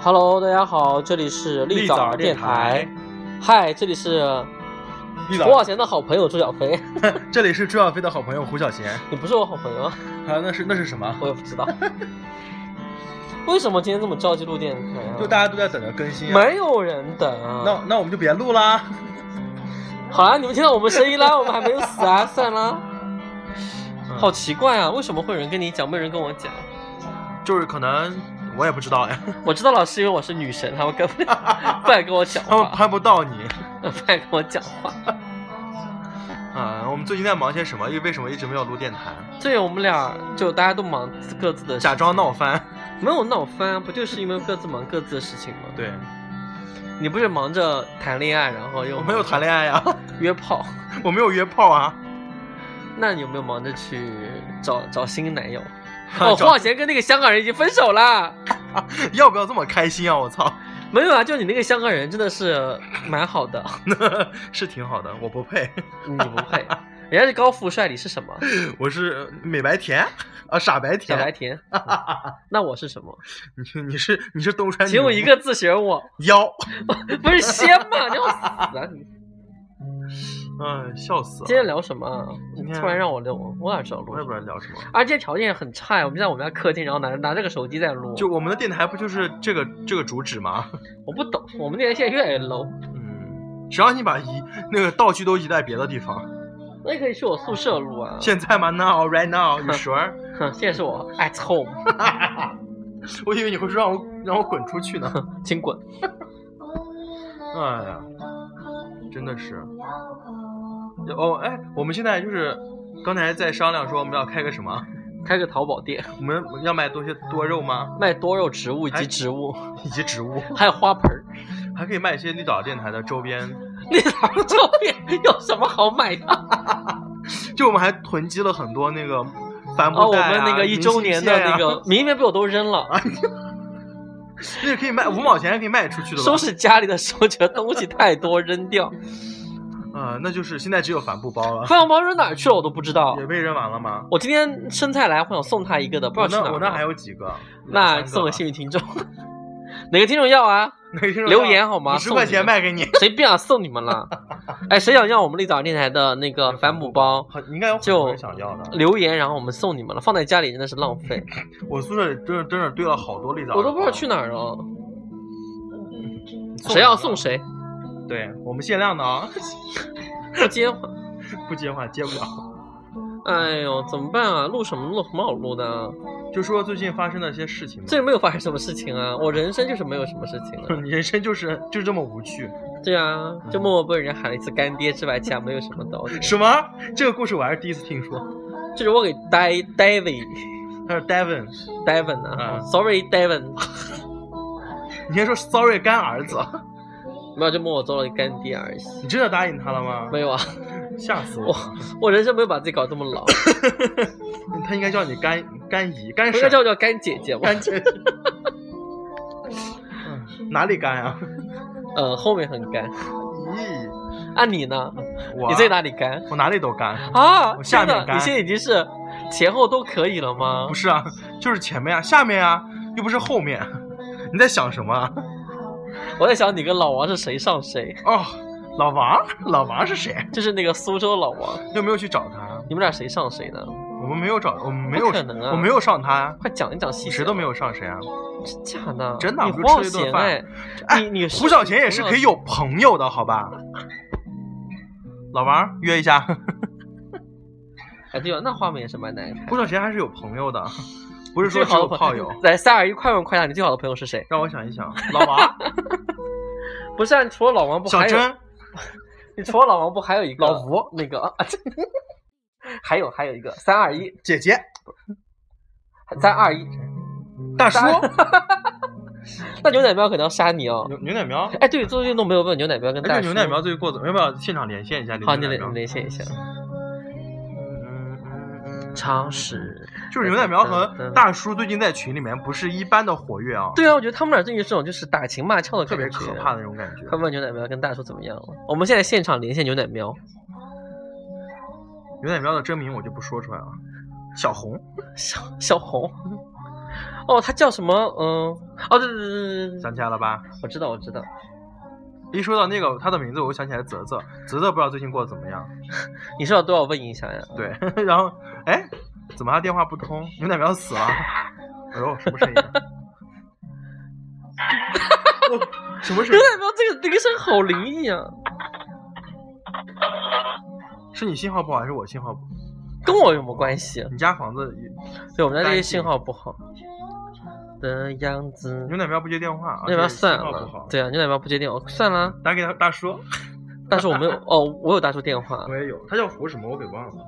Hello，大家好，这里是立早早电电台。嗨，这里是我立早往，前的好朋友朱小飞。 这里是朱小飞的好朋友胡小贤。你不是我好朋友啊？啊，那是那是什么？我也不知道。 为什么今天这么着急录电台啊？就大家都在等着更新、啊。没有人等啊。那那我们就别录啦。好啦，你们听到我们声音啦，我们还没有死 啊，算啦。嗯好奇怪啊，为什么会有人跟你讲，没有人跟我讲？就是可能我也不知道呀，我知道了，是因为我是女神，他们跟 不敢跟我讲他们 话，攀不到你。不敢跟我讲话。啊，我们最近在忙些什么？又为什么一直没有录电台？对，我们俩就大家都忙各自的事，假装闹翻。没有闹翻啊，不就是因为各自忙各自的事情吗？对，你不是忙着谈恋爱，然后又我没有谈恋爱呀，爱约炮， 我没有约炮啊。那你有没有忙着去找找新男 友？找哦，黄晓贤跟那个香港人已经分手啦。要不要这么开心啊？我操， 没有啊，就你那个香港人真的是蛮好 的，是挺好的，我不配。你不配，人家是高富帅，你是什么？我是美白甜啊，傻白小甜。白 甜。那我是什么？你你是你是东川女巫，请我一个字形容我， 妖。不是仙吗？你要死啊你！嗯，笑死了。今天聊什么啊？今你天突然让我聊，我哪知道录我什也么不？知道聊什么。而今天条件也很差，我们在我们家客厅，然后拿拿这个手机在录，就我们的电台不就是这个这个主旨吗？ 我不懂，我们那边现在越来越 low。嗯，谁让你把移那个道具都移在别的地方？那也可以去我宿舍录啊。现在吗？Now, right now, 啊 you sure？哼现在是我 at home，我以为你会说让我让我滚出去呢。 请滚。哎呀，真的是。哦，哎，我们现在就是刚才在商量说我们要开个什么？开个淘宝店，我们要卖多些多肉吗？卖多肉植物以及还植物，以及植物，还有花盆儿。 还可以卖一些绿岛电台的周边。那张照片有什么好买啊的？就我们还囤积了很多那个帆哦，布我袋啊、们那个一周年的那明信片啊个哎明信片被我都扔了，那个可以卖五毛钱，还可以卖出去的吧。收拾家里的时候觉得东西太多扔 掉，呃，那就是现在只有帆布包了，饭包扔哪儿去了我都不知道也。被扔完了吗？我今天生菜来，我想送他一个的，不知道我去哪那儿我了那还有几个，啊那两三送个给幸运听众， 哪个听众要啊？吧，那个留言好吗十块钱卖 给你，随便啊，送你们了。哎，谁想要我们立早电台的那个帆布包？很应该有很就多人想要的。留言，然后我们送你们了。放在家里真的是浪费，我宿舍里真的真的堆了好多绿藻，我都不知道去哪儿了。送谁要人送了？谁？对我们限量的啊， 不接话。不接话接不了。哎呦，怎么办啊？录什么录？什么好录的啊？就说最近发生的一些事情嘛，这没有发生什么事情啊！我人生就是没有什么事情啊。人生就是就这么无趣。对啊，就默默被人家喊了一次干爹之外，其他没有什么道理。什么？这个故事我还是第一次听说。就是我给 Dai David 他是 Devin， Devin 啊嗯，Sorry Devin，你先说 sorry 干儿子，没有就默默做了一个干爹而已。你真的答应他了吗？没有啊，吓死我！我我人生没有把自己搞这么老，他应该叫你干干姨、干不应该婶、叫我叫干姐姐吗？啊干姐姐。嗯哪里干呀、 呃，后面很干。咦，啊，你呢？我啊你在哪里干？我哪里都干。啊，我真下面的，干你现在已经是前后都可以了吗不？是啊，就是前面啊，下面啊，又不是后面。啊你在想什么啊？我在想你跟老王是谁上谁，哦，老王，老王是谁？就是那个苏州老王，又没有去找他，你们俩谁上谁呢？我们没有找，我们没有，不可能啊我没有上他呀、快讲一讲细节。谁都没有上谁啊？真假的？真的你我就胡小吃了一贤顿饭哎，哎你你是胡小贤也是可以胡有朋友的，好吧？老王约 一下，小哎对啊，那画面也是蛮难看。胡小贤还是有朋友的，不是最说只好有的炮朋友友。， 来三二一，快问快答，你最好的朋友是谁？让我想一想，老王、 不是啊，你除了老王不小还有？珍、你除了老王不还有一个老吴那个？啊 还有还有一个三二一姐姐、三二嗯一，嗯大叔、那牛奶喵可能要杀你哦。 牛牛奶苗。哎，对，周运动没有问牛奶喵跟大叔。哎，这牛奶苗最近过怎么样？要不要现场连线一下？好，你牛奶连苗你连线一下。嗯嗯嗯常识。就是牛奶苗和大叔最近在群里面不是一般的活跃啊，嗯对啊，我觉得他们俩最近这种就是打情骂俏的特感别觉，可怕。的那种感觉。快问牛奶喵跟大叔怎么样了？我们现在现场连线牛奶喵，牛奶苗的真名我就不说出来了，小红，小小红。哦，他叫什么？嗯，哦，对对对对对，想起来了吧？我知道，我知道。一说到那个他的名字，我就想起来泽泽。泽泽不知道最近过得怎么样？你是要多少问一下呀？对， 然后哎，怎么他电话不通？牛奶苗死了？ 哎呦，什么声音？哦、 什么声牛音？奶喵这个铃声好灵异啊！是你信号不好还是我信号不好？跟我有什么关系？啊你家房子也对，我们家这些信号不好的样子。牛奶苗不接电话，牛奶喵算而且信号不好了，。对嗯啊，牛奶喵不接电话，算了。打给他大叔，但是我没 有哦，我有大叔电话我，也有，他叫胡什么我给忘了，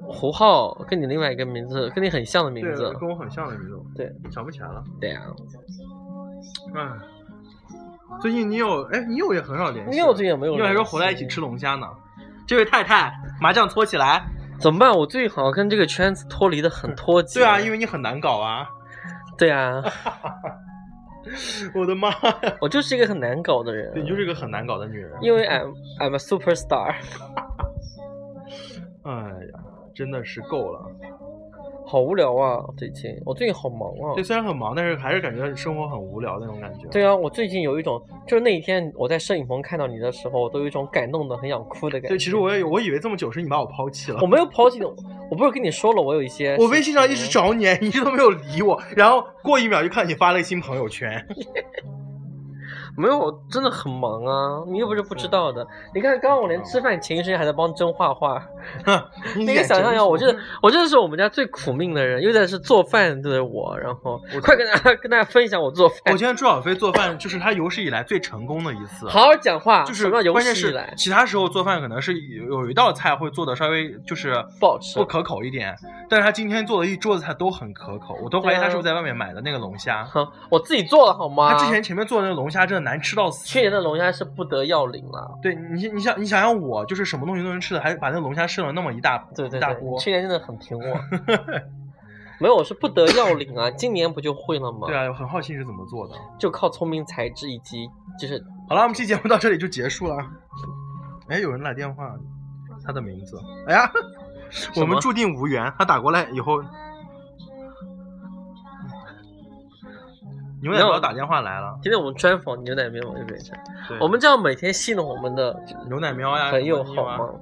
胡浩跟你另外一个名字，跟你很像的名字对，。跟我很像的名字，对，嗯想不起来了。对啊，哎，最近你有哎，你有也很少联系，因为我最近也没有你人联系。有还说回来一起吃龙虾呢。这位太太，麻将搓起来。怎么办？我最好跟这个圈子脱离的很脱节。对啊，因为你很难搞啊。对啊，我的妈呀，我就是一个很难搞的人。对你就是个很难搞的女人。因为 I'm I'm a superstar，哎呀，真的是够了。好无聊啊！最近我最近好忙啊对，。虽然很忙，但是还是感觉生活很无聊那种感觉。对啊，我最近有一种，就是那一天我在摄影棚看到你的时候，我都有一种感动的很想哭的感觉。对，其实我也有，我以为这么久是你把我抛弃了我。没有抛弃你，我不是跟你说了，我有一些我微信上一直事情找你，你一直都没有理我。然后过一秒就看你发了个新朋 友圈，没有，我真的很忙啊，你又不是不知道嗯的。你看，刚刚我连吃饭前一瞬间还在帮真画画，你你可以眼想象一神下，我是真的，我真的是我们家最苦命的人，又在是做饭的我，然后我快跟大家跟大家分享我做饭嗯我，觉得朱小飞做饭就是他有史以来最成功的一次。好好讲话，就什是么叫有关键史以是来其他时候做饭可能是有有一道菜会做的稍微就是不好吃不，可口一点，但是他今天做的一桌子菜都很可口，我都怀疑他对啊啊是不是在外面买的那个龙虾。哼，我自己做了好吗？他之前前面做的那个龙虾真的难吃到死去。年的龙虾是不得要领了，对你，你想，你想想我就是什么东西都能吃的，还把那个龙虾剩了那么一大对对一大对，你锅。去年真的很 挺我。没有，我是不得要领啊， 今年不就会了吗？对啊，我很好奇是怎么做的。就靠聪明才智以及就是好了，我们这期节目到这里就结束了。哎，有人来电话，他的名字。哎呀，我们么注定无缘。他打过来以后，牛没奶有不要打电话来了。今天我们专访牛奶面我就变成。对我们这样每天戏弄我们的牛奶喵呀，朋友什么好地方啊？吗？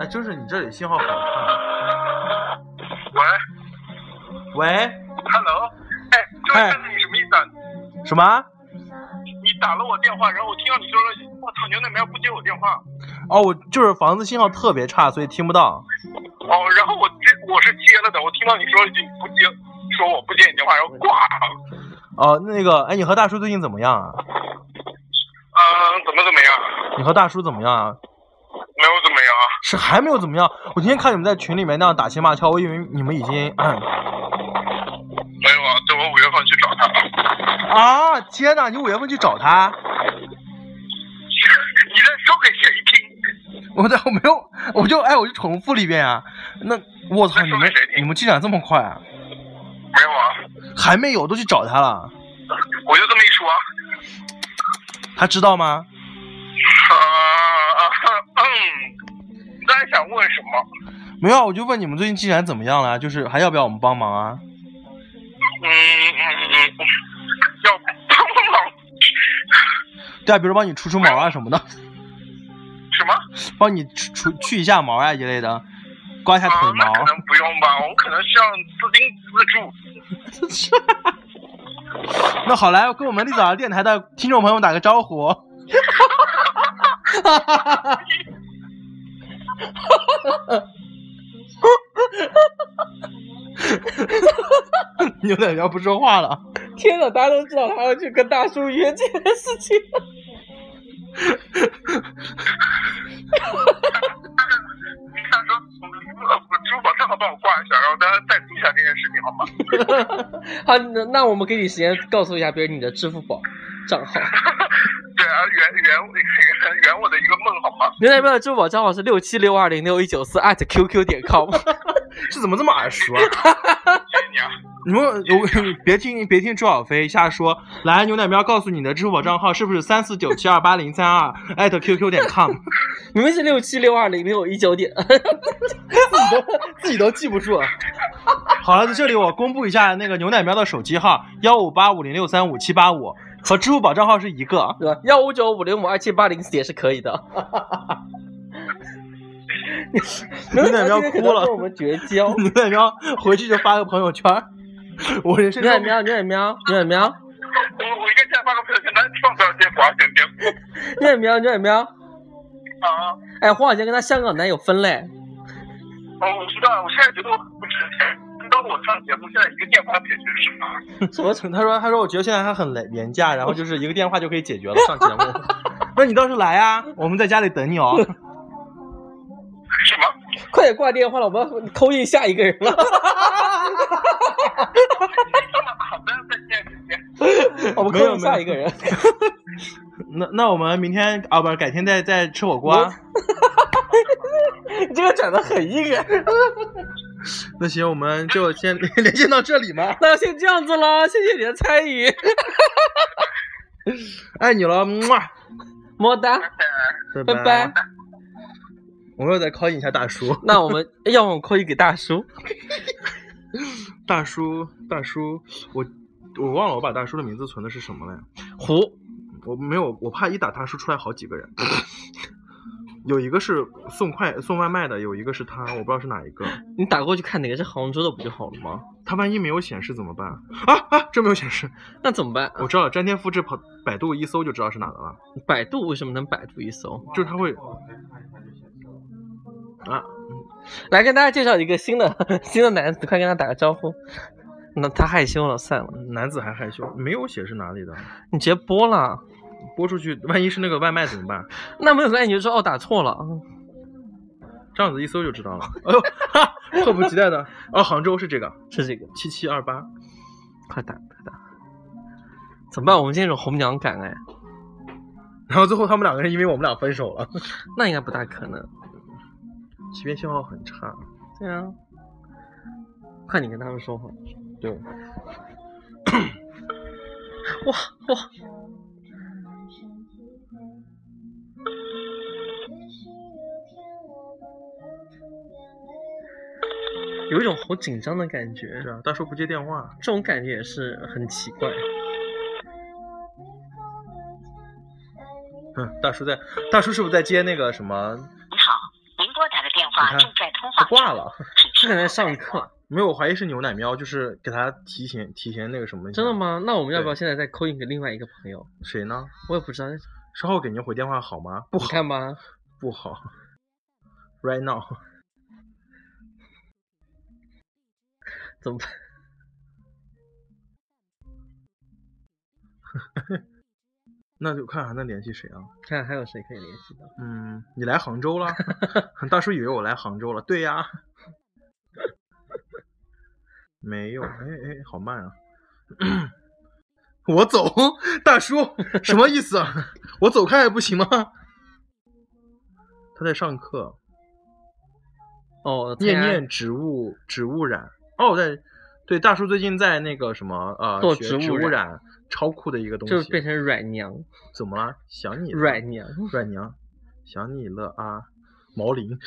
哎，就是你这里信号好差。喂， Hello，哎，这位先生，你什么意思啊？什么？你打了我电话，然后我听到你说了，我操，牛奶苗不接我电话。哦，我就是房子信号特别差，所以听不到。哦，然后我接我是接了的，我听到你说了一句你不接，说我不接你电话，然后挂了。哦，那个，哎，你和大叔最近怎么样啊？嗯、怎么怎么样？你和大叔怎么样啊？没有怎么样啊。是还没有怎么样。我今天看你们在群里面那样打情骂俏，我以为你们已经没有啊，等我五月份去找他吧。啊！天哪，你五月份去找他？ 你在说给谁听？我在我没有，我就哎，我就重复了一遍啊。那我操，你那说们给谁听你们进展这么快啊？没有啊，还没有，都去找他了，我就这么一说啊。他知道吗？啊、嗯，你刚才想问什么？没有啊，我就问你们最近进展怎么样了？啊就是还要不要我们帮忙啊？嗯嗯嗯，要帮忙对啊，比如帮你除除毛啊什么的，什么？帮你除除去一下毛啊一类的，刮一下腿啊，那毛。可能不用吧，我可能需要资金资助。那好，来跟我们立早电台的听众朋友们打个招呼。牛奶苗不说话了，天哪，大家都知道他要去跟大叔约这件事 情，你看说，呃，珠宝正好帮我挂一下，然后大家再读一下这件事情好吗？好，那那我们给你时间告诉一下别人你的支付宝账号。对啊，圆圆圆圆我的一个梦好吗？牛奶喵的支付宝账号是六七六二零六一九四 at qq 点 com。 这怎么这么耳熟啊？谢谢你啊！你们我你别听别听周小飞瞎说，来牛奶喵告诉你的支付宝账号是不是三四九七二八零三二艾特 qq 点 com？明明是六七六二零六一九点，自己都自己都记不啊住。好了，在这里我公布一下那个牛奶喵的手机号：幺五八五零六三五七八五，和支付宝账号是一个。 对吧？幺五九五零五二七八零四也是可以 的。牛奶喵今天可哭能了跟我们绝交。牛奶喵回去就发个朋友圈儿，我人生牛奶喵，牛奶喵，牛奶喵，我我应该现在发个朋友圈，但是创造见华神经病 牛奶喵，牛奶喵。啊！哎，黄小仙跟她香港男友分嘞。哦，我知道，我现在觉得我不值钱。当我上节目，现在一个电话解决是吗？什么？他说他说我觉得现在他很廉价，然后就是一个电话就可以解 决了上节目。那你倒是来啊，我们在家里等你 哦。什么？快点挂电话了，我们要扣印下一个人 了，好的，再见，再见。我们没有扣印下一个人。那那我们明天啊，不是改天再再吃火锅啊。 你这个整的很硬啊，那行，我们就先 连线到这里吧。那先这样子喽，谢谢你的参与，爱你了，么啊，么么哒，拜拜拜。。我们又再 call in 一下大叔，那我们哎要不我们扣一给大叔？大叔，大叔，我我忘了我把大叔的名字存的是什么了呀？胡我没有，我怕一打大叔出来好几个人。 有一个是送快送外卖的，有一个是他，我不知道是哪一个。你打过去看哪个是杭州的不就好了吗？他万一没有显示怎么办？啊啊，这没有显示，那怎么办？我知道了，粘贴复制，跑百度一搜就知道是哪个了，百度为什么能百度一搜？就是哦他会。啊，来跟大家介绍一个新的新的男子，快跟他打个招呼。那他害羞了，算了，男子还害羞，没有写是哪里的，你直接播了。播出去万一是那个外卖怎么办？那没有关系，你就说哦打错了。这样子一搜就知道了。哎呦，哈，迫不及待的。哦，杭州是这个是这个，七七二八，快打快打，怎么办？我们今天有种红娘感哎，然后最后他们两个人因为我们俩分手了， 那应该不大可能。这边信号很差。对啊，快点跟他们说话。对，哇哇，有一种好紧张的感觉是，啊，大叔不接电话， 这种感觉也是很奇怪。哼，大叔在，大叔是不是在接那个什么？你好，您拨打的电你话看正在通他话中，挂了。是请听可能在上课，没有，我怀疑是牛奶喵，就是给他提前提前那个什么。真的？吗？那我们要不要对现在再扣印给另外一个朋友？谁呢？我也不知道，稍后给您回电话好吗？不你好，看吧，不好。Right now， 怎么办？那就看还能联系谁啊？看看还有谁可以联系到？嗯，你来杭州了？ 大叔以为我来杭州了。对呀。没有，哎哎，好慢啊！ 我走，大叔，什么意思啊？ 我走开还不行吗？他在上课。哦，念参加念植物植物染哦，对对，大叔最近在那个什么呃做学植物物染染，超酷的一个东西，就变成软娘，怎么了？想你了软娘，软娘，想你了啊！毛林，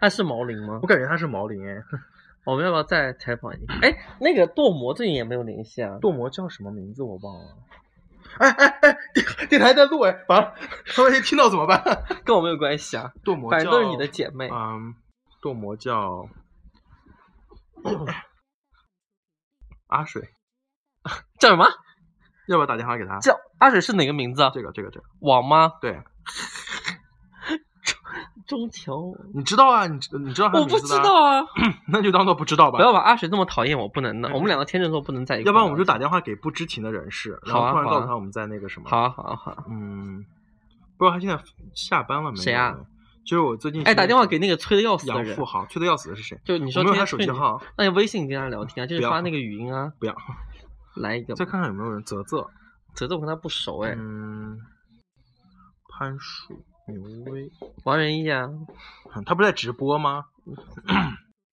她是毛龄吗我？感觉他是毛林哎，我们要不要再采访一个？哎，那个剁魔最近也没有联系啊。剁魔叫什么名字我忘了。哎哎哎，电电台在录哎，完了，他万一听到怎么办？跟我没有关系啊，剁魔反正都是叫你的姐妹。嗯，剁魔叫阿水，叫什么？要不要打电话给他？叫阿水是哪个名字啊？这个这个这个，网吗？对，中桥？我你知道啊，你知你知道他的名不字知的啊，道啊！那就当做不知道吧。不要把阿水这么讨厌我，不能的。我们两个天秤座不能在一块儿。嗯要不然我们就打电话给不知情的人士，然好后啊突然好啊告诉他我们在那个什么。好啊好啊好啊。嗯，不知道他现在下班了没有？谁啊？就是我最近哎，打电话给那那个催的要死的杨人富，豪，催的要死的是谁？就你你说我没有天天他手催机你，号，那你微信跟他聊天啊，就是不要发那个语音啊，不要。 来一个吧。再看看有没有人啧啧。泽泽我跟他不熟哎，嗯，攀树牛威，王仁义啊，嗯他不是在直播吗？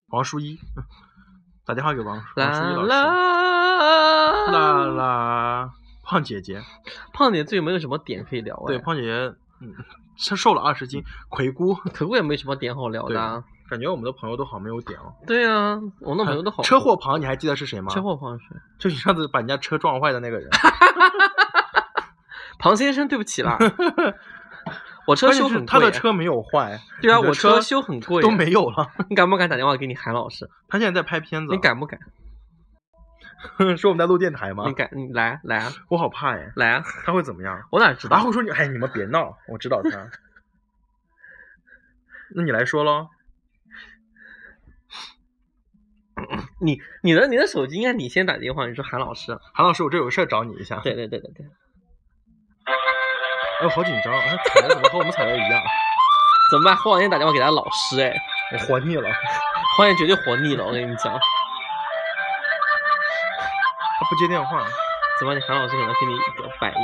王淑一， 打电话给王王淑啦一老师。啦 啦啦，胖姐姐，胖姐最近没有什么点可以聊哎，对，胖姐姐，嗯，她瘦了二十斤，葵姑，可我也没什么点好聊的啊。感觉我们的朋友都好没有点哦。对啊，我那朋友都好车祸旁，你还记得是谁吗？车，祸胖是就你上次把人家车撞坏的那个人。庞先生，对不起啦，我 车关键修是很贵，他的车没有坏，对啊，你的我车修很贵，都没。有了。你敢不敢打电话给你韩老师？他现在在拍片子，你？敢不敢？ 说我们在录电台吗你？敢？你来来啊我好怕哎，来啊！他会怎么样？我哪知然道？后说你，哎，你们别闹，我知道他。 那你来说喽，你你的你的手机应该你先打电话，你说韩老师。韩老师，我这有个事儿找你一下。对对对对对，哎，我好紧张，他踩的怎么和我们踩的一样？怎么办？黄小燕打电话给他老师哎，我活腻了，黄小燕绝对活腻了，我跟你讲。他不接电话，怎么你韩老师可能给你一个反应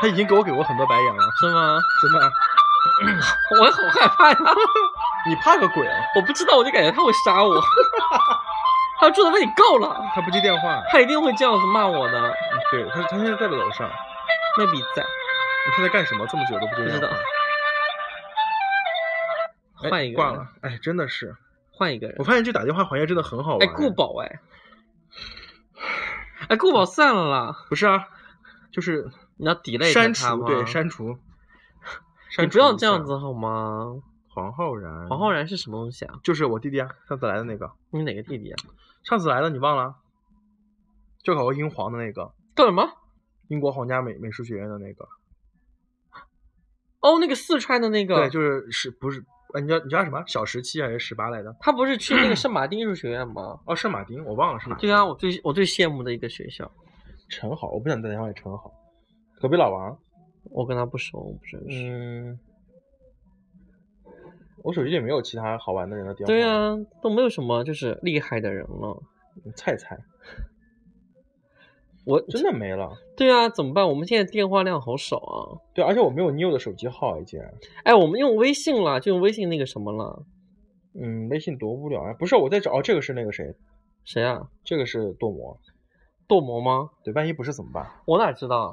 他已经给我给过很多白眼了，是吗？真的。啊我好害怕呀，你怕个鬼啊！我不知道，我就感觉他会杀我。 他住的把你够了，他不接电话，他一定会这样子骂我的。对他他现在在楼上，那比在他在干什么？这么久都不接不知电道，，话哎换一个人挂了，哎，真的是。换一个人我。发现这打电话环节真的很好玩。哎，顾宝哎，哎，顾宝散了啦，不是啊，就是你要抵赖删他吗？除，对，删除。你删不除要一这样下。子好吗？黄浩然，黄浩然是什么东西啊？就是我弟弟啊，上次来的那个，你哪个弟弟啊？上次来的你忘了？就考过英皇的那个，叫什么？英国皇家美美术学院的那个，哦，那个四川的那个，对，就是十不是，哎，你叫你叫什么？小十七还是十八来的？他不是去那个圣马丁艺术学院吗？ 哦，圣马丁，我忘了是哪？对啊，我最我最羡慕的一个学校，陈好，我不想打电话给陈好，隔壁老王。我跟他不熟，我不认识。嗯，我手机里没有其他好玩的人的电话。对，啊，都没有什么就是厉害的人了。嗯菜菜我真的没了。对啊，怎么办？我们现在电话量好少啊。对，而且我没有 n e w 的手机号已经。哎，我们用微信啦，就用微信那个什么了。嗯，微信多无聊啊！不是，我在找哦，这个是那个谁，谁啊？这个是剁馍。剁馍吗？对，万一不是怎么办？我哪知道？啊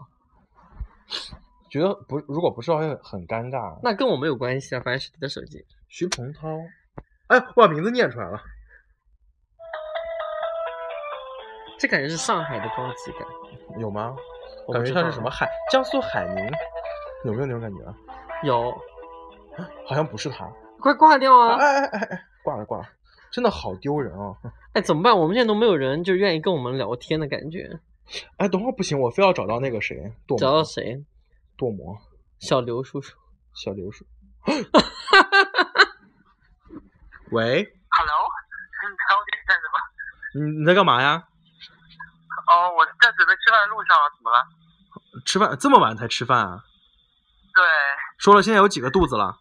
觉得不，如果不是的话会很尴尬。那跟我没有关系啊，反正是你的手机。徐鹏涛，哎，我把名字念出来了。这感觉是上海的高级感。有吗？我感不觉知像道是什么海，江苏海宁，有没有那种感觉啊？有，好像不是他。快挂掉哎啊！哎哎哎哎，挂了挂了，真的好丢人啊！哎，怎么办？我们现在都没有人就愿意跟我们聊天的感觉。哎，等会儿不行，我非要找到那个谁，剁找到馍，谁？剁馍，小刘叔叔。小刘 叔。喂， Hello，你嗯猜我在干什么？你你在干嘛呀？哦，我在准备吃饭的路上啊了，怎么了？吃饭这么晚才吃饭啊？对，说了现在有几个肚子了？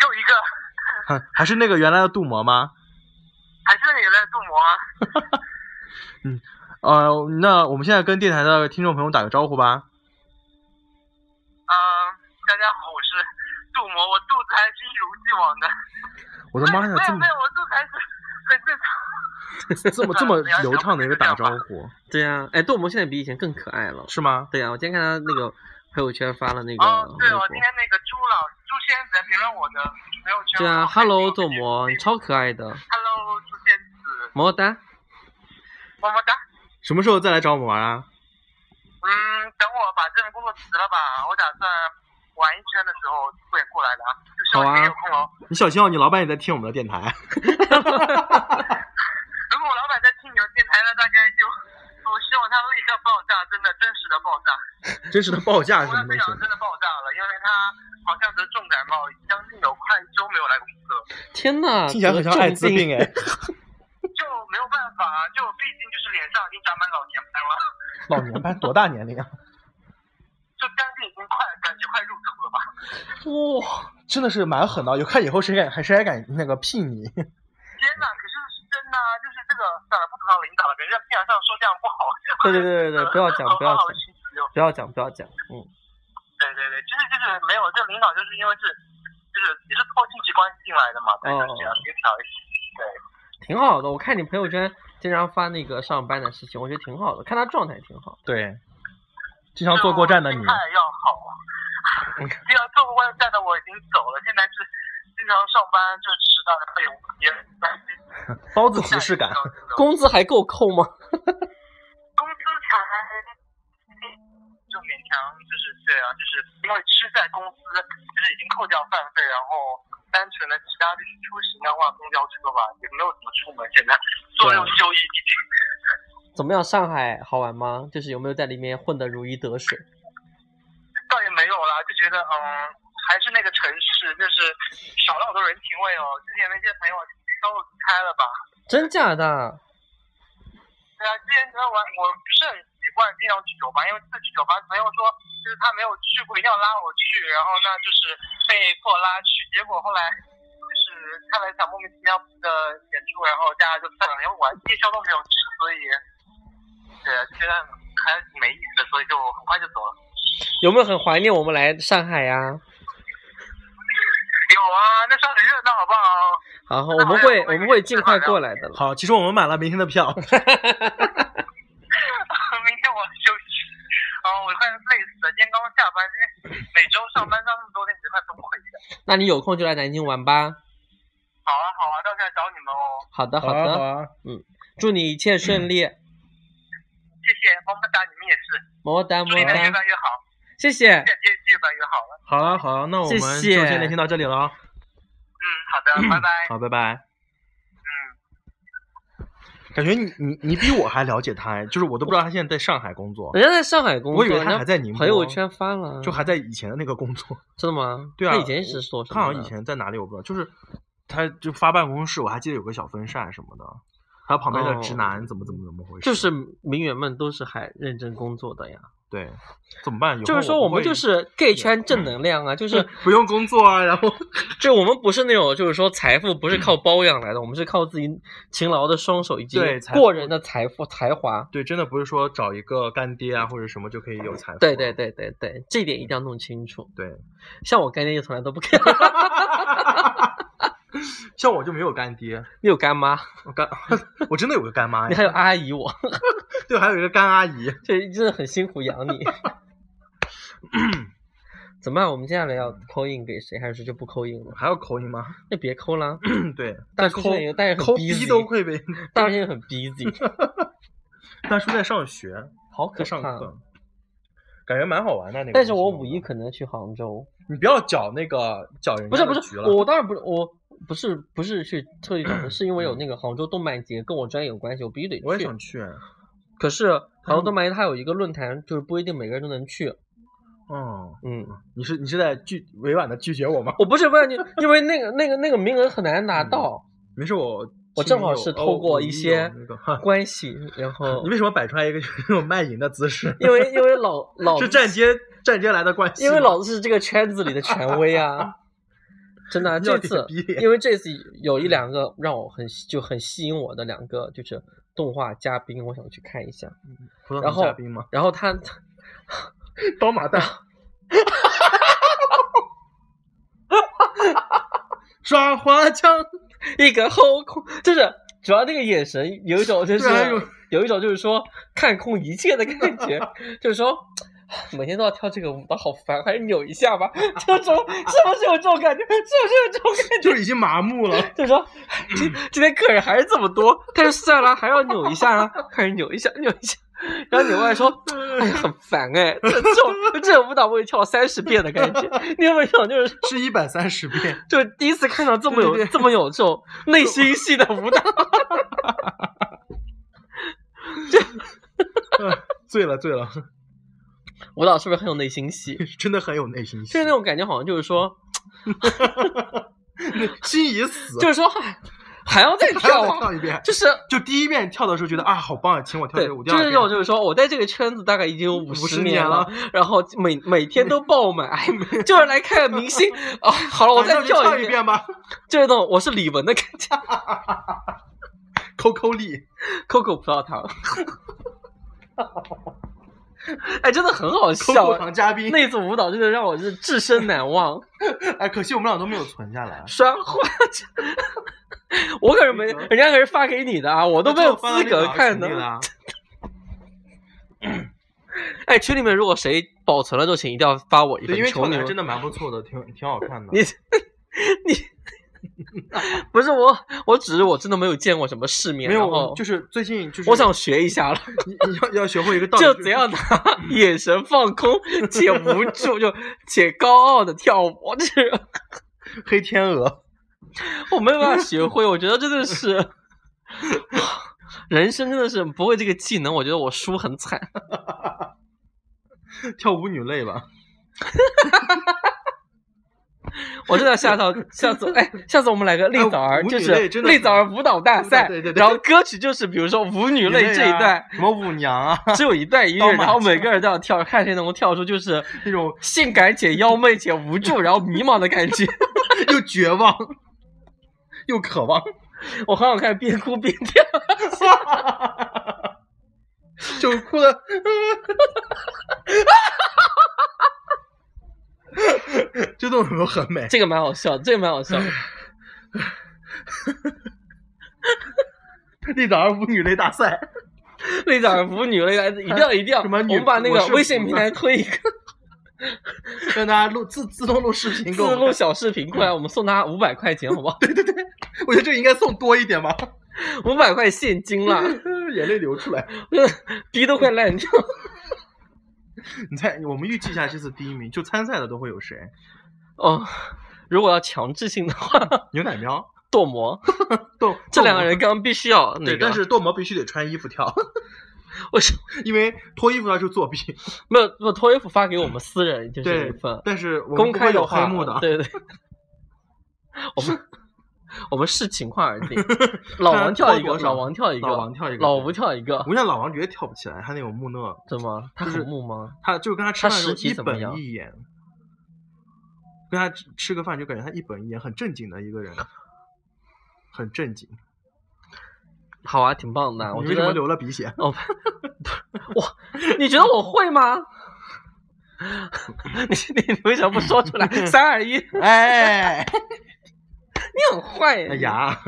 就一个，哼还是那个原来的肚馍吗？还是那个原来的镀膜啊。呃，那我们现在跟电台的听众朋友打个招呼吧。嗯、大家好，我是镀膜，我肚子还是一如既往的。我的妈呀，没这有么没有，我肚子还是很正常。这么这么不要流想畅的一个打不招要想呼，对啊，哎，剁馍现在比以前更可爱了。是吗？对啊，我今天看他那个朋友圈发了那个哦，微对哦，博。今天那个朱老朱先生在评论我的朋友圈。对啊，Hello 剁馍，你超可爱的， Hello，朱仙子，么么哒。么么哒。什么时候再来找我们玩啊？嗯，等我把这份工作辞了吧，我打算玩一圈的时候会过来的啊，就是好我啊也有空哦。你小心哦，你老板也在听我们的电台。如果我老板在听你们电台呢，大概就我希望他立刻爆炸，真的真实的爆炸。真实的报价是我什么想东西这样？真的爆炸了，因为他好像得重感冒，将近有快一周没有来公司了，天呐，听起来很像艾滋病哎。就没有办法，就毕竟就是脸上已经长满老年斑了，老年斑多大年龄 啊？就将近已经快感觉快入土了吧。哇、真哦的是蛮狠的，有看以后谁敢还谁还敢那个聘你？天呐，可是是真的啊，就是这个算了，不吐槽领导了，人家经常上说这样不好。对对对对对，不要讲不要讲 好心急哦不要讲不要讲，嗯，对对对，就是就是没有这个领导，就是因为是就是也是托亲戚关系进来的嘛，对，哦就是这样协调一下。对，挺好的。我看你朋友圈经常发那个上班的事情，我觉得挺好的，看他状态挺好。对，经常坐过站的你心，态要好。经常坐过站的我已经走了，现在是经常上班就迟到，哎呦，也担心。包子即视感。工工资还够扣吗？工资才就勉强就是这样，就是因为吃在公司，就是已经扣掉饭费，然后单纯的其他就是出行的话，公交车吧也没有怎么出门，现在左右就一已经。怎么样？上海好玩吗？就是有没有在里面混得如鱼得水？倒也没有啦，就觉得嗯，还是那个城市，就是少了好多人情味哦。之前那些朋友都离开了吧？真假的？对啊，之前觉得玩我不是很习惯经常去酒吧，因为自己酒吧朋友说就是他没有去过，一定要拉我去，然后呢就是被迫拉去，结果后来就是看了一场莫名其妙的演出，然后大家就散了，因为我还夜宵都没有吃，所以对啊，就觉得还挺没意思的，所以就很快就走了。有没有很怀念我们来上海呀、有啊，那时候很热闹，好不好？然后我们会我们会尽快过来的了。好，其实我们买了明天的票，明天我休息。啊、我快累死了，今天刚刚下班，今天每周上班上那么多天，简直快崩溃了。那你有空就来南京玩吧。好啊，好啊，到时候来找你们哦。好的 好的，啊嗯好啊，祝你一切顺利，谢谢，么么哒，你们也是，么么哒么祝你么们哎越哒，办越好，谢谢越。越越办越好了。好啊好啊，那我们就谢谢先聊天到这里了啊，嗯，好的，拜拜。好，拜拜。嗯，嗯感觉你你你比我还了解他，哎就是我都不知道他现在在上海工作，人家在上海工作，我以为他还在宁人家波呃朋友圈发了，就还在以前的那个工作。真的吗？对啊他以前是做什么他的？好像以前在哪里我不知道，就是他就发办公室，我还记得有个小风扇什么的，还有旁边的直男怎么怎么怎么回哦事，就是名媛们都是还认真工作的呀。对，怎么办？以后就是说我不会嗯们就是 gay 圈正能量啊，就是不用工作啊，然后就我们不是那种就是说财富不是靠包养来的，我们是靠自己勤劳的双手以及嗯对财富过人的财富才华。对，真的不是说找一个干爹啊或者什么就可以有财富，对对对对对，这点一定要弄清楚。对，像我干 爹就从来都不给，像我就没有干爹，你有干 妈，我干我真的有个干妈你呀，还有阿姨我， 对，还有一个干阿姨，这真的很辛苦养 你。怎么办？我们接下来要扣印给谁，还是就不扣印了？还要口音吗？那别扣啦， 对，大嗯但叔抠现在也大家很抠 busy 逼都会被，大家 很 busy，大叔在上学，好可在上怕。课，感觉蛮好玩的那个。但是我五一可能去杭州，你不要搅那个搅人不家是的不局是，了。我当然不是，我不是不是去特意找的，是因为有那个杭州动漫节跟我专业有关系，我必须得我也去想。嗯去，嗯可是杭州动漫节它有一个论坛，就是不一定每个人都能去。嗯，嗯，你是你是在拒委婉的拒绝我吗？ 我不是问你，因为那个那个那个名额很难拿嗯到没事，我我心正里好有是哦透过我一里些有那个 哈关系，然后你为什么摆出来一个 就是那种卖淫的姿 势？因为因为老老是子站街站街来的关系吗，因为老子是这个圈子里的权威 啊，真的啊、要这脸次逼脸因为这次有一两个让我很就很吸引我的两个就是动画嘉宾，我想去看一下。葡萄然糖后嘉宾吗？然后他刀 马旦，耍花枪，一个后空， 就是主要那个眼神有一种就是对啊还有有一种就是说看空一切的感 觉，就是说。每天都要跳这个舞蹈，好烦，还是扭一下吧。这种是不是有这种感觉？是不是有这种感觉？就是已经麻木了。就说今今天客人还是这么多，但是算了，还要扭一下啊，客人扭一下扭一下。然后扭过来说：“哎呀，很烦哎、这这种这种舞蹈我也跳三十遍的感觉。你有没有想，就是是一百三十遍，就是第一次看到这么有对对对这么有这种内心戏的舞蹈？嗯醉了醉了，舞蹈是不是很有内心戏？真的很有内心戏，就是那 种感觉，好像就是说，心已死，就是说哎还要再还要跳 再跳啊，一遍。就是就第一遍跳的时候觉得啊好棒，请我跳对，这个舞，第就二是遍那种，就是说，我在这个圈子大概已经有五50年年了，然后每每天都爆满， 哎，就是来看明星。哦，好了，我反再正就跳一一，遍吧。就是那种我是李玟的感觉。 ，Coco 力， ，Coco 葡萄糖。 哎，真的很好 c o 笑 c 啊，糖嘉宾。那组舞蹈真的让我是至深难忘， 哎，可惜我们俩都没有存下来，栓花。 我可是没，没辙人家可是发给你的啊，我都没有资格看的。的。哎，群里面如果谁保存了之后，请一定要发我一份对，因，为求跳你的们真。的蛮不错的，挺挺好看的。你 你不是我，我只是我真的没有见过什么世面，没然有，后就是最近就是我想学一下了， 你你要要学会一个道理，就是怎样拿嗯眼神放 空且无助，就且高傲的跳舞，这是黑天鹅。我没有办法学会，我觉得真的是。 人生真的是不会这个技能，我觉得我输很惨。跳舞女泪吧，我真的下 到下次，哎，下次我们来个立哎早儿，舞就女是类真的立很早儿舞蹈大舞蹈赛，对对对然后歌曲就是比如说舞 女类啊这一段，什么舞娘啊，只有一段音乐，刀马然后每个人都要跳，看谁能够跳出就是那种性感且妖媚且无助，然后迷茫的感觉。 又绝望又渴望，我很好看，边哭边跳。就哭 的。这动作很美，这个蛮好笑，这个蛮好 笑。那早上舞女类大赛，那场舞女类来，啊一定要一定要，哎什么我女们把那我个是微信菩平萨台推一个让大家录自自动录视频给我自们录看。小视频过来，我们送他五百块钱，好不 好？我觉得这个应该送多一点吧， 五百块现金啦，眼泪流出来。逼都快烂掉。你猜，我们预计一下这次第一名，就参赛的都会有谁？哦，如果要强制性的话，牛奶喵、剁魔豆这两个人豆刚刚必须要蘑那对，个，但是豆毛必须得穿衣服跳， 我是 因为脱衣服跳是作弊。没有我脱衣服发给我们私人就是嗯对一份，但是我们公不开会有话黑幕的，对对。我们 我们视情况而 定，老王跳一个，看多少老王跳一个，老王跳一个老吴跳一个我，跟你讲，老王绝对跳不起来，他那种木讷，怎么？他就是很木吗？他就是跟他吃饭他的时候实体一怎么本样一眼，跟他吃吃个饭就感觉他一本一眼，很正经的一个人，很正经。好啊，挺棒的。我你觉为什么得流了鼻 血？哦，哇，你觉得我会吗？ 你你你为什么不说 出来？三二一，你哎，很坏耶 哎！ 呀，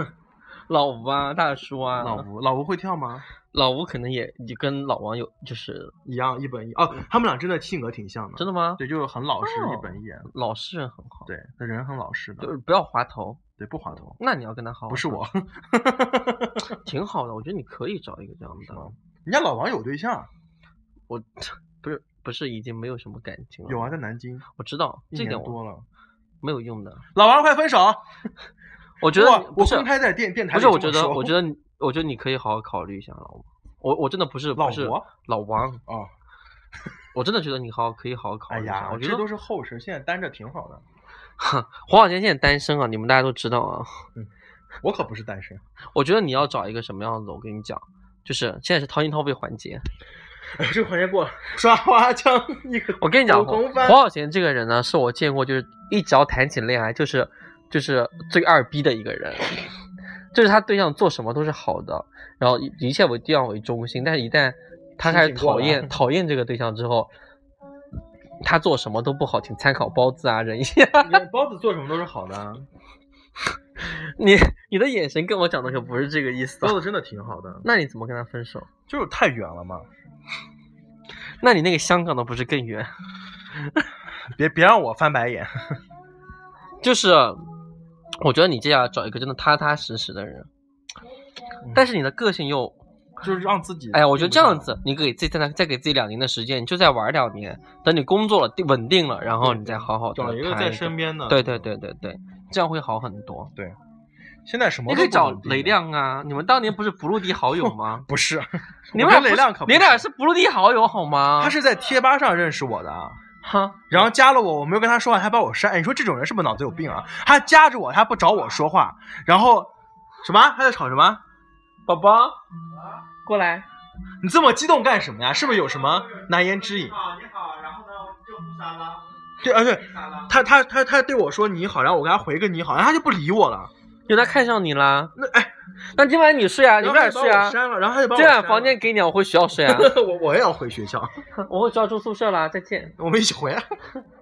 老吴啊，大叔啊，老吴，老吴会跳吗？老吴可能也就跟老王有，就是一样，一本一哦，他们俩真的性格挺像的，真的，的吗？对，就是很老实，哦一本一眼，老实人很好，对，他人很老实的就，是不要滑头。对，不滑头，那你要跟他好好不是说我， 挺好的，我觉得你可以找一个这样的。人家老王有对象，我不是不是已经没有什么感情了？有啊，在南京我知道一这年点我多了。没有用的。老王快分手！我觉得我你不我是公开在电电台不里是，这么我觉说，得我觉得你我觉得你可以好好考虑一下老王。我我真的不是老不是王老王，哦，我真的觉得你好好可以好好考哎虑一下。呀，我觉这都得是后事，现在单着挺好的。黄小仙现在单身啊，你们大家都知道啊。我可不是 单身，我觉得你要找一个什么样子，我跟你讲，就是现在是掏心掏肺环节。哎这个环节过了， 耍花枪，你可我跟你讲，狗黄公翻晓贤这个人呢，是我见过就是一只要谈起恋爱就是就是最二逼的一个人， 就是他对象做什么都是好的，然后一一切为对象为中心，但是一旦他开始清醒过讨来厌讨厌这个对象之后，他做什么都不好，请参考包子啊人一下。 你包子做什么都是好的啊，你你的眼神跟我讲的可不是这个意思啊、包子真的挺好 的，那你怎么跟他分手？就是太远了嘛，那你那个香港的不是更远？别别让我翻白 眼。就是我觉得你这样找一个真的踏踏实实的人，嗯但是你的个性又就是让自己。哎呀，我觉得这样，子，你给自己再再给自己两年的时间，你就再玩两年，等你工作了定稳定了，然后你再好好的找一个在身边。边的。对对。对对对，这样会好很多。现在什么？？你可以找雷。亮啊，你们当年不是不陆地好友吗 不是，你我们俩跟不是雷亮可不你俩是不陆地好友好吗？他是在贴吧上认识我的啊，哈，然后加了我，我没有跟他说话，他把我删。你说这种人是不是脑子有病啊？他加着我，他不找我说话，然后什么？他在吵什么？宝啊宝，过来。你这么激动干什么呀？是不是有什么难言之隐？好，你好，然后呢，我就互删了，对，而且删了。他啊他他他对我说你好，然后我跟他回个你好，然后他就不理我了。有他看上你啦，那哎，那今晚你睡啊，你然后们俩他就睡把我啊。删了，然后他就把我今晚删房间了。给你啊，我回学校睡啊。我 我也要回学校， 我回学校住宿舍啦，再见。我们一起回来。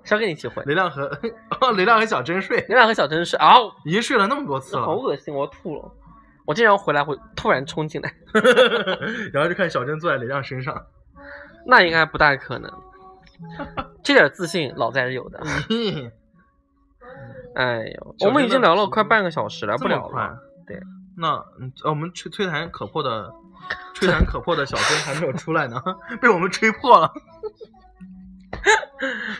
想跟你一起回。雷亮和哦雷亮和小珍睡，你俩和小珍是啊，已经睡了那么多次好了，恶心，我要吐了。我经常回来会突然冲进来， 然后就看小珍坐在雷亮身上， 那应该不大可能。这点自信老在是有的。哎呦，嗯小我们已珍经的聊了皮快半个小时了，不这么聊快了。。对，那嗯呃我们吹吹弹可破的，吹弹可破的小珍还没有出来呢， 被我们吹破了。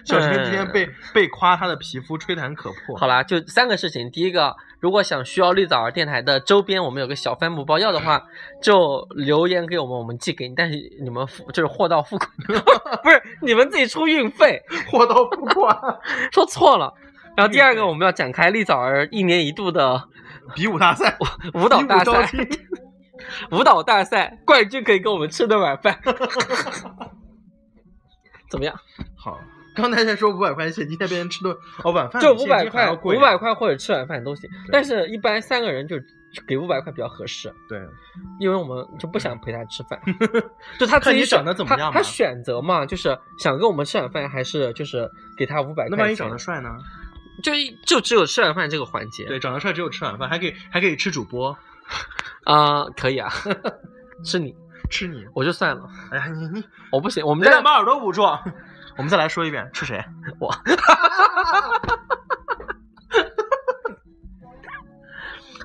小珍今天被被夸她的皮肤吹弹可破。哎好啦，就三个事情。第一个，如果想需要绿藻儿电台的周边，我们有个小帆布包要的话，就留言给我们，我们寄给你。但是你们付就是货到 付款， 不是你们自己出运费，货到 付款，说错了。然后第二个，运费我们要展开绿藻儿一年一度 的比武大赛，舞蹈比武大招赛，亲舞蹈大赛冠军可以跟我们吃顿晚 饭，怎么样？好，刚才才说五百块钱，今天变成吃顿哦晚饭，就五百块，贵啊五百块或者吃晚饭都行对，但是一般三个人就给五百块比较合适。对，因为我们就不想陪他吃饭，就他自嗯 看己你选长得怎么样他，他嘛选择嘛，就是想跟我们吃晚饭，还是就是给他五百块那钱。万一长得帅呢？就就只有吃晚饭这个环节。对，长得帅只有吃晚饭，还可以还可以吃主播，啊、可以啊， 是你，吃你。我就算了，哎呀，你你我不行，我们雷家亮把耳朵捂住。 我们再来说一遍，吃谁？我。然后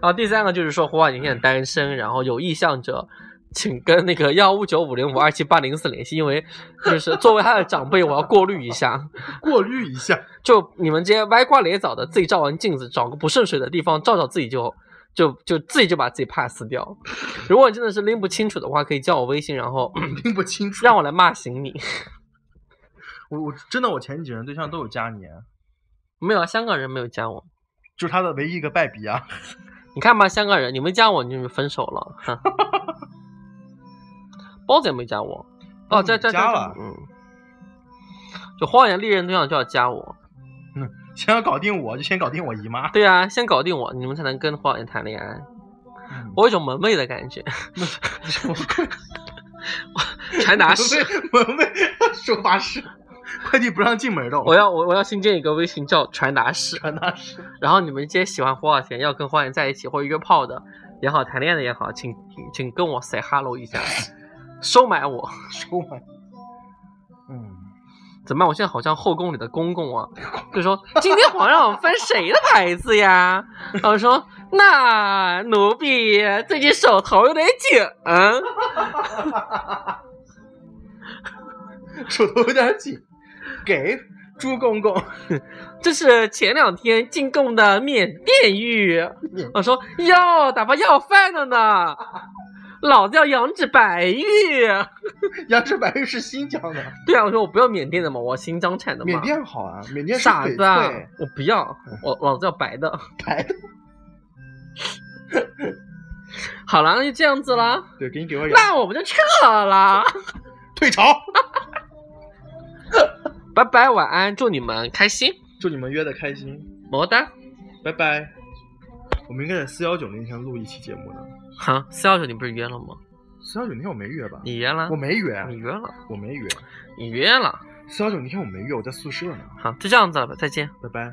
啊第三个就是说，胡婉宁现在单身，然后有意向者，请跟那个幺五九五零五二七八零四联系，因为就是作为他的长辈，我要过滤一下。过滤一下。就你们这些歪瓜裂枣的，自己照完镜子，找个不渗水的地方照照自己就。就就自己就把自己 pass 掉。如果你真的是拎不清楚的话，可以加我微信，然后 并不清楚。让我来骂醒你。我我真的我前几任对象都有加你，没有啊，香港人没有加我。就是他的唯一一个败笔啊。 你看吧，香港人，你没加我，你就分手了。哼包子也没加我。哦，包子在你在在加了嗯，就荒野猎人对象就要加我。先要搞定我，就先搞定我姨妈。对啊，先搞定我，你们才能跟荒野谈恋爱。嗯 我有一种门卫的感觉， 传达室。 门卫，门卫，收发室，快递不让进门的。我要我我要新建一个微信叫传达室，传达室，然后你们这些喜欢花花钱要跟花园在一起或者约炮的也好，谈恋爱的也好，请请请跟我 say hello 一下，收买我。收买。嗯，怎么办？我现在好像后宫里的公公 啊，就说今天皇上翻谁的牌子呀？然后说那奴婢最近手头有点紧，嗯，手头有点紧，给朱公公。这是前两天进贡的缅甸玉。我说哟，打发要饭的呢，老子要羊脂白玉。杨枝白玉是新疆的，对啊，我说我不要缅甸的嘛，我要新疆产的嘛。缅甸好啊，缅甸是傻翡子啊翠，嗯我不要，我老子要白的。白的。好了，那就这样子啦，对，给你给我养。那我们就撤了。退潮，拜拜，晚安，祝你们开心，祝你们约的开心。么么哒。拜拜。我们应该在四幺九那天录一期节目呢。哈，四幺九你不是约了吗？四幺九那天我没约吧？你约了我？没约，你约了？我没约。你约了？四幺九那天我没约，我在宿舍呢。好，就这样子了吧，再见。拜拜。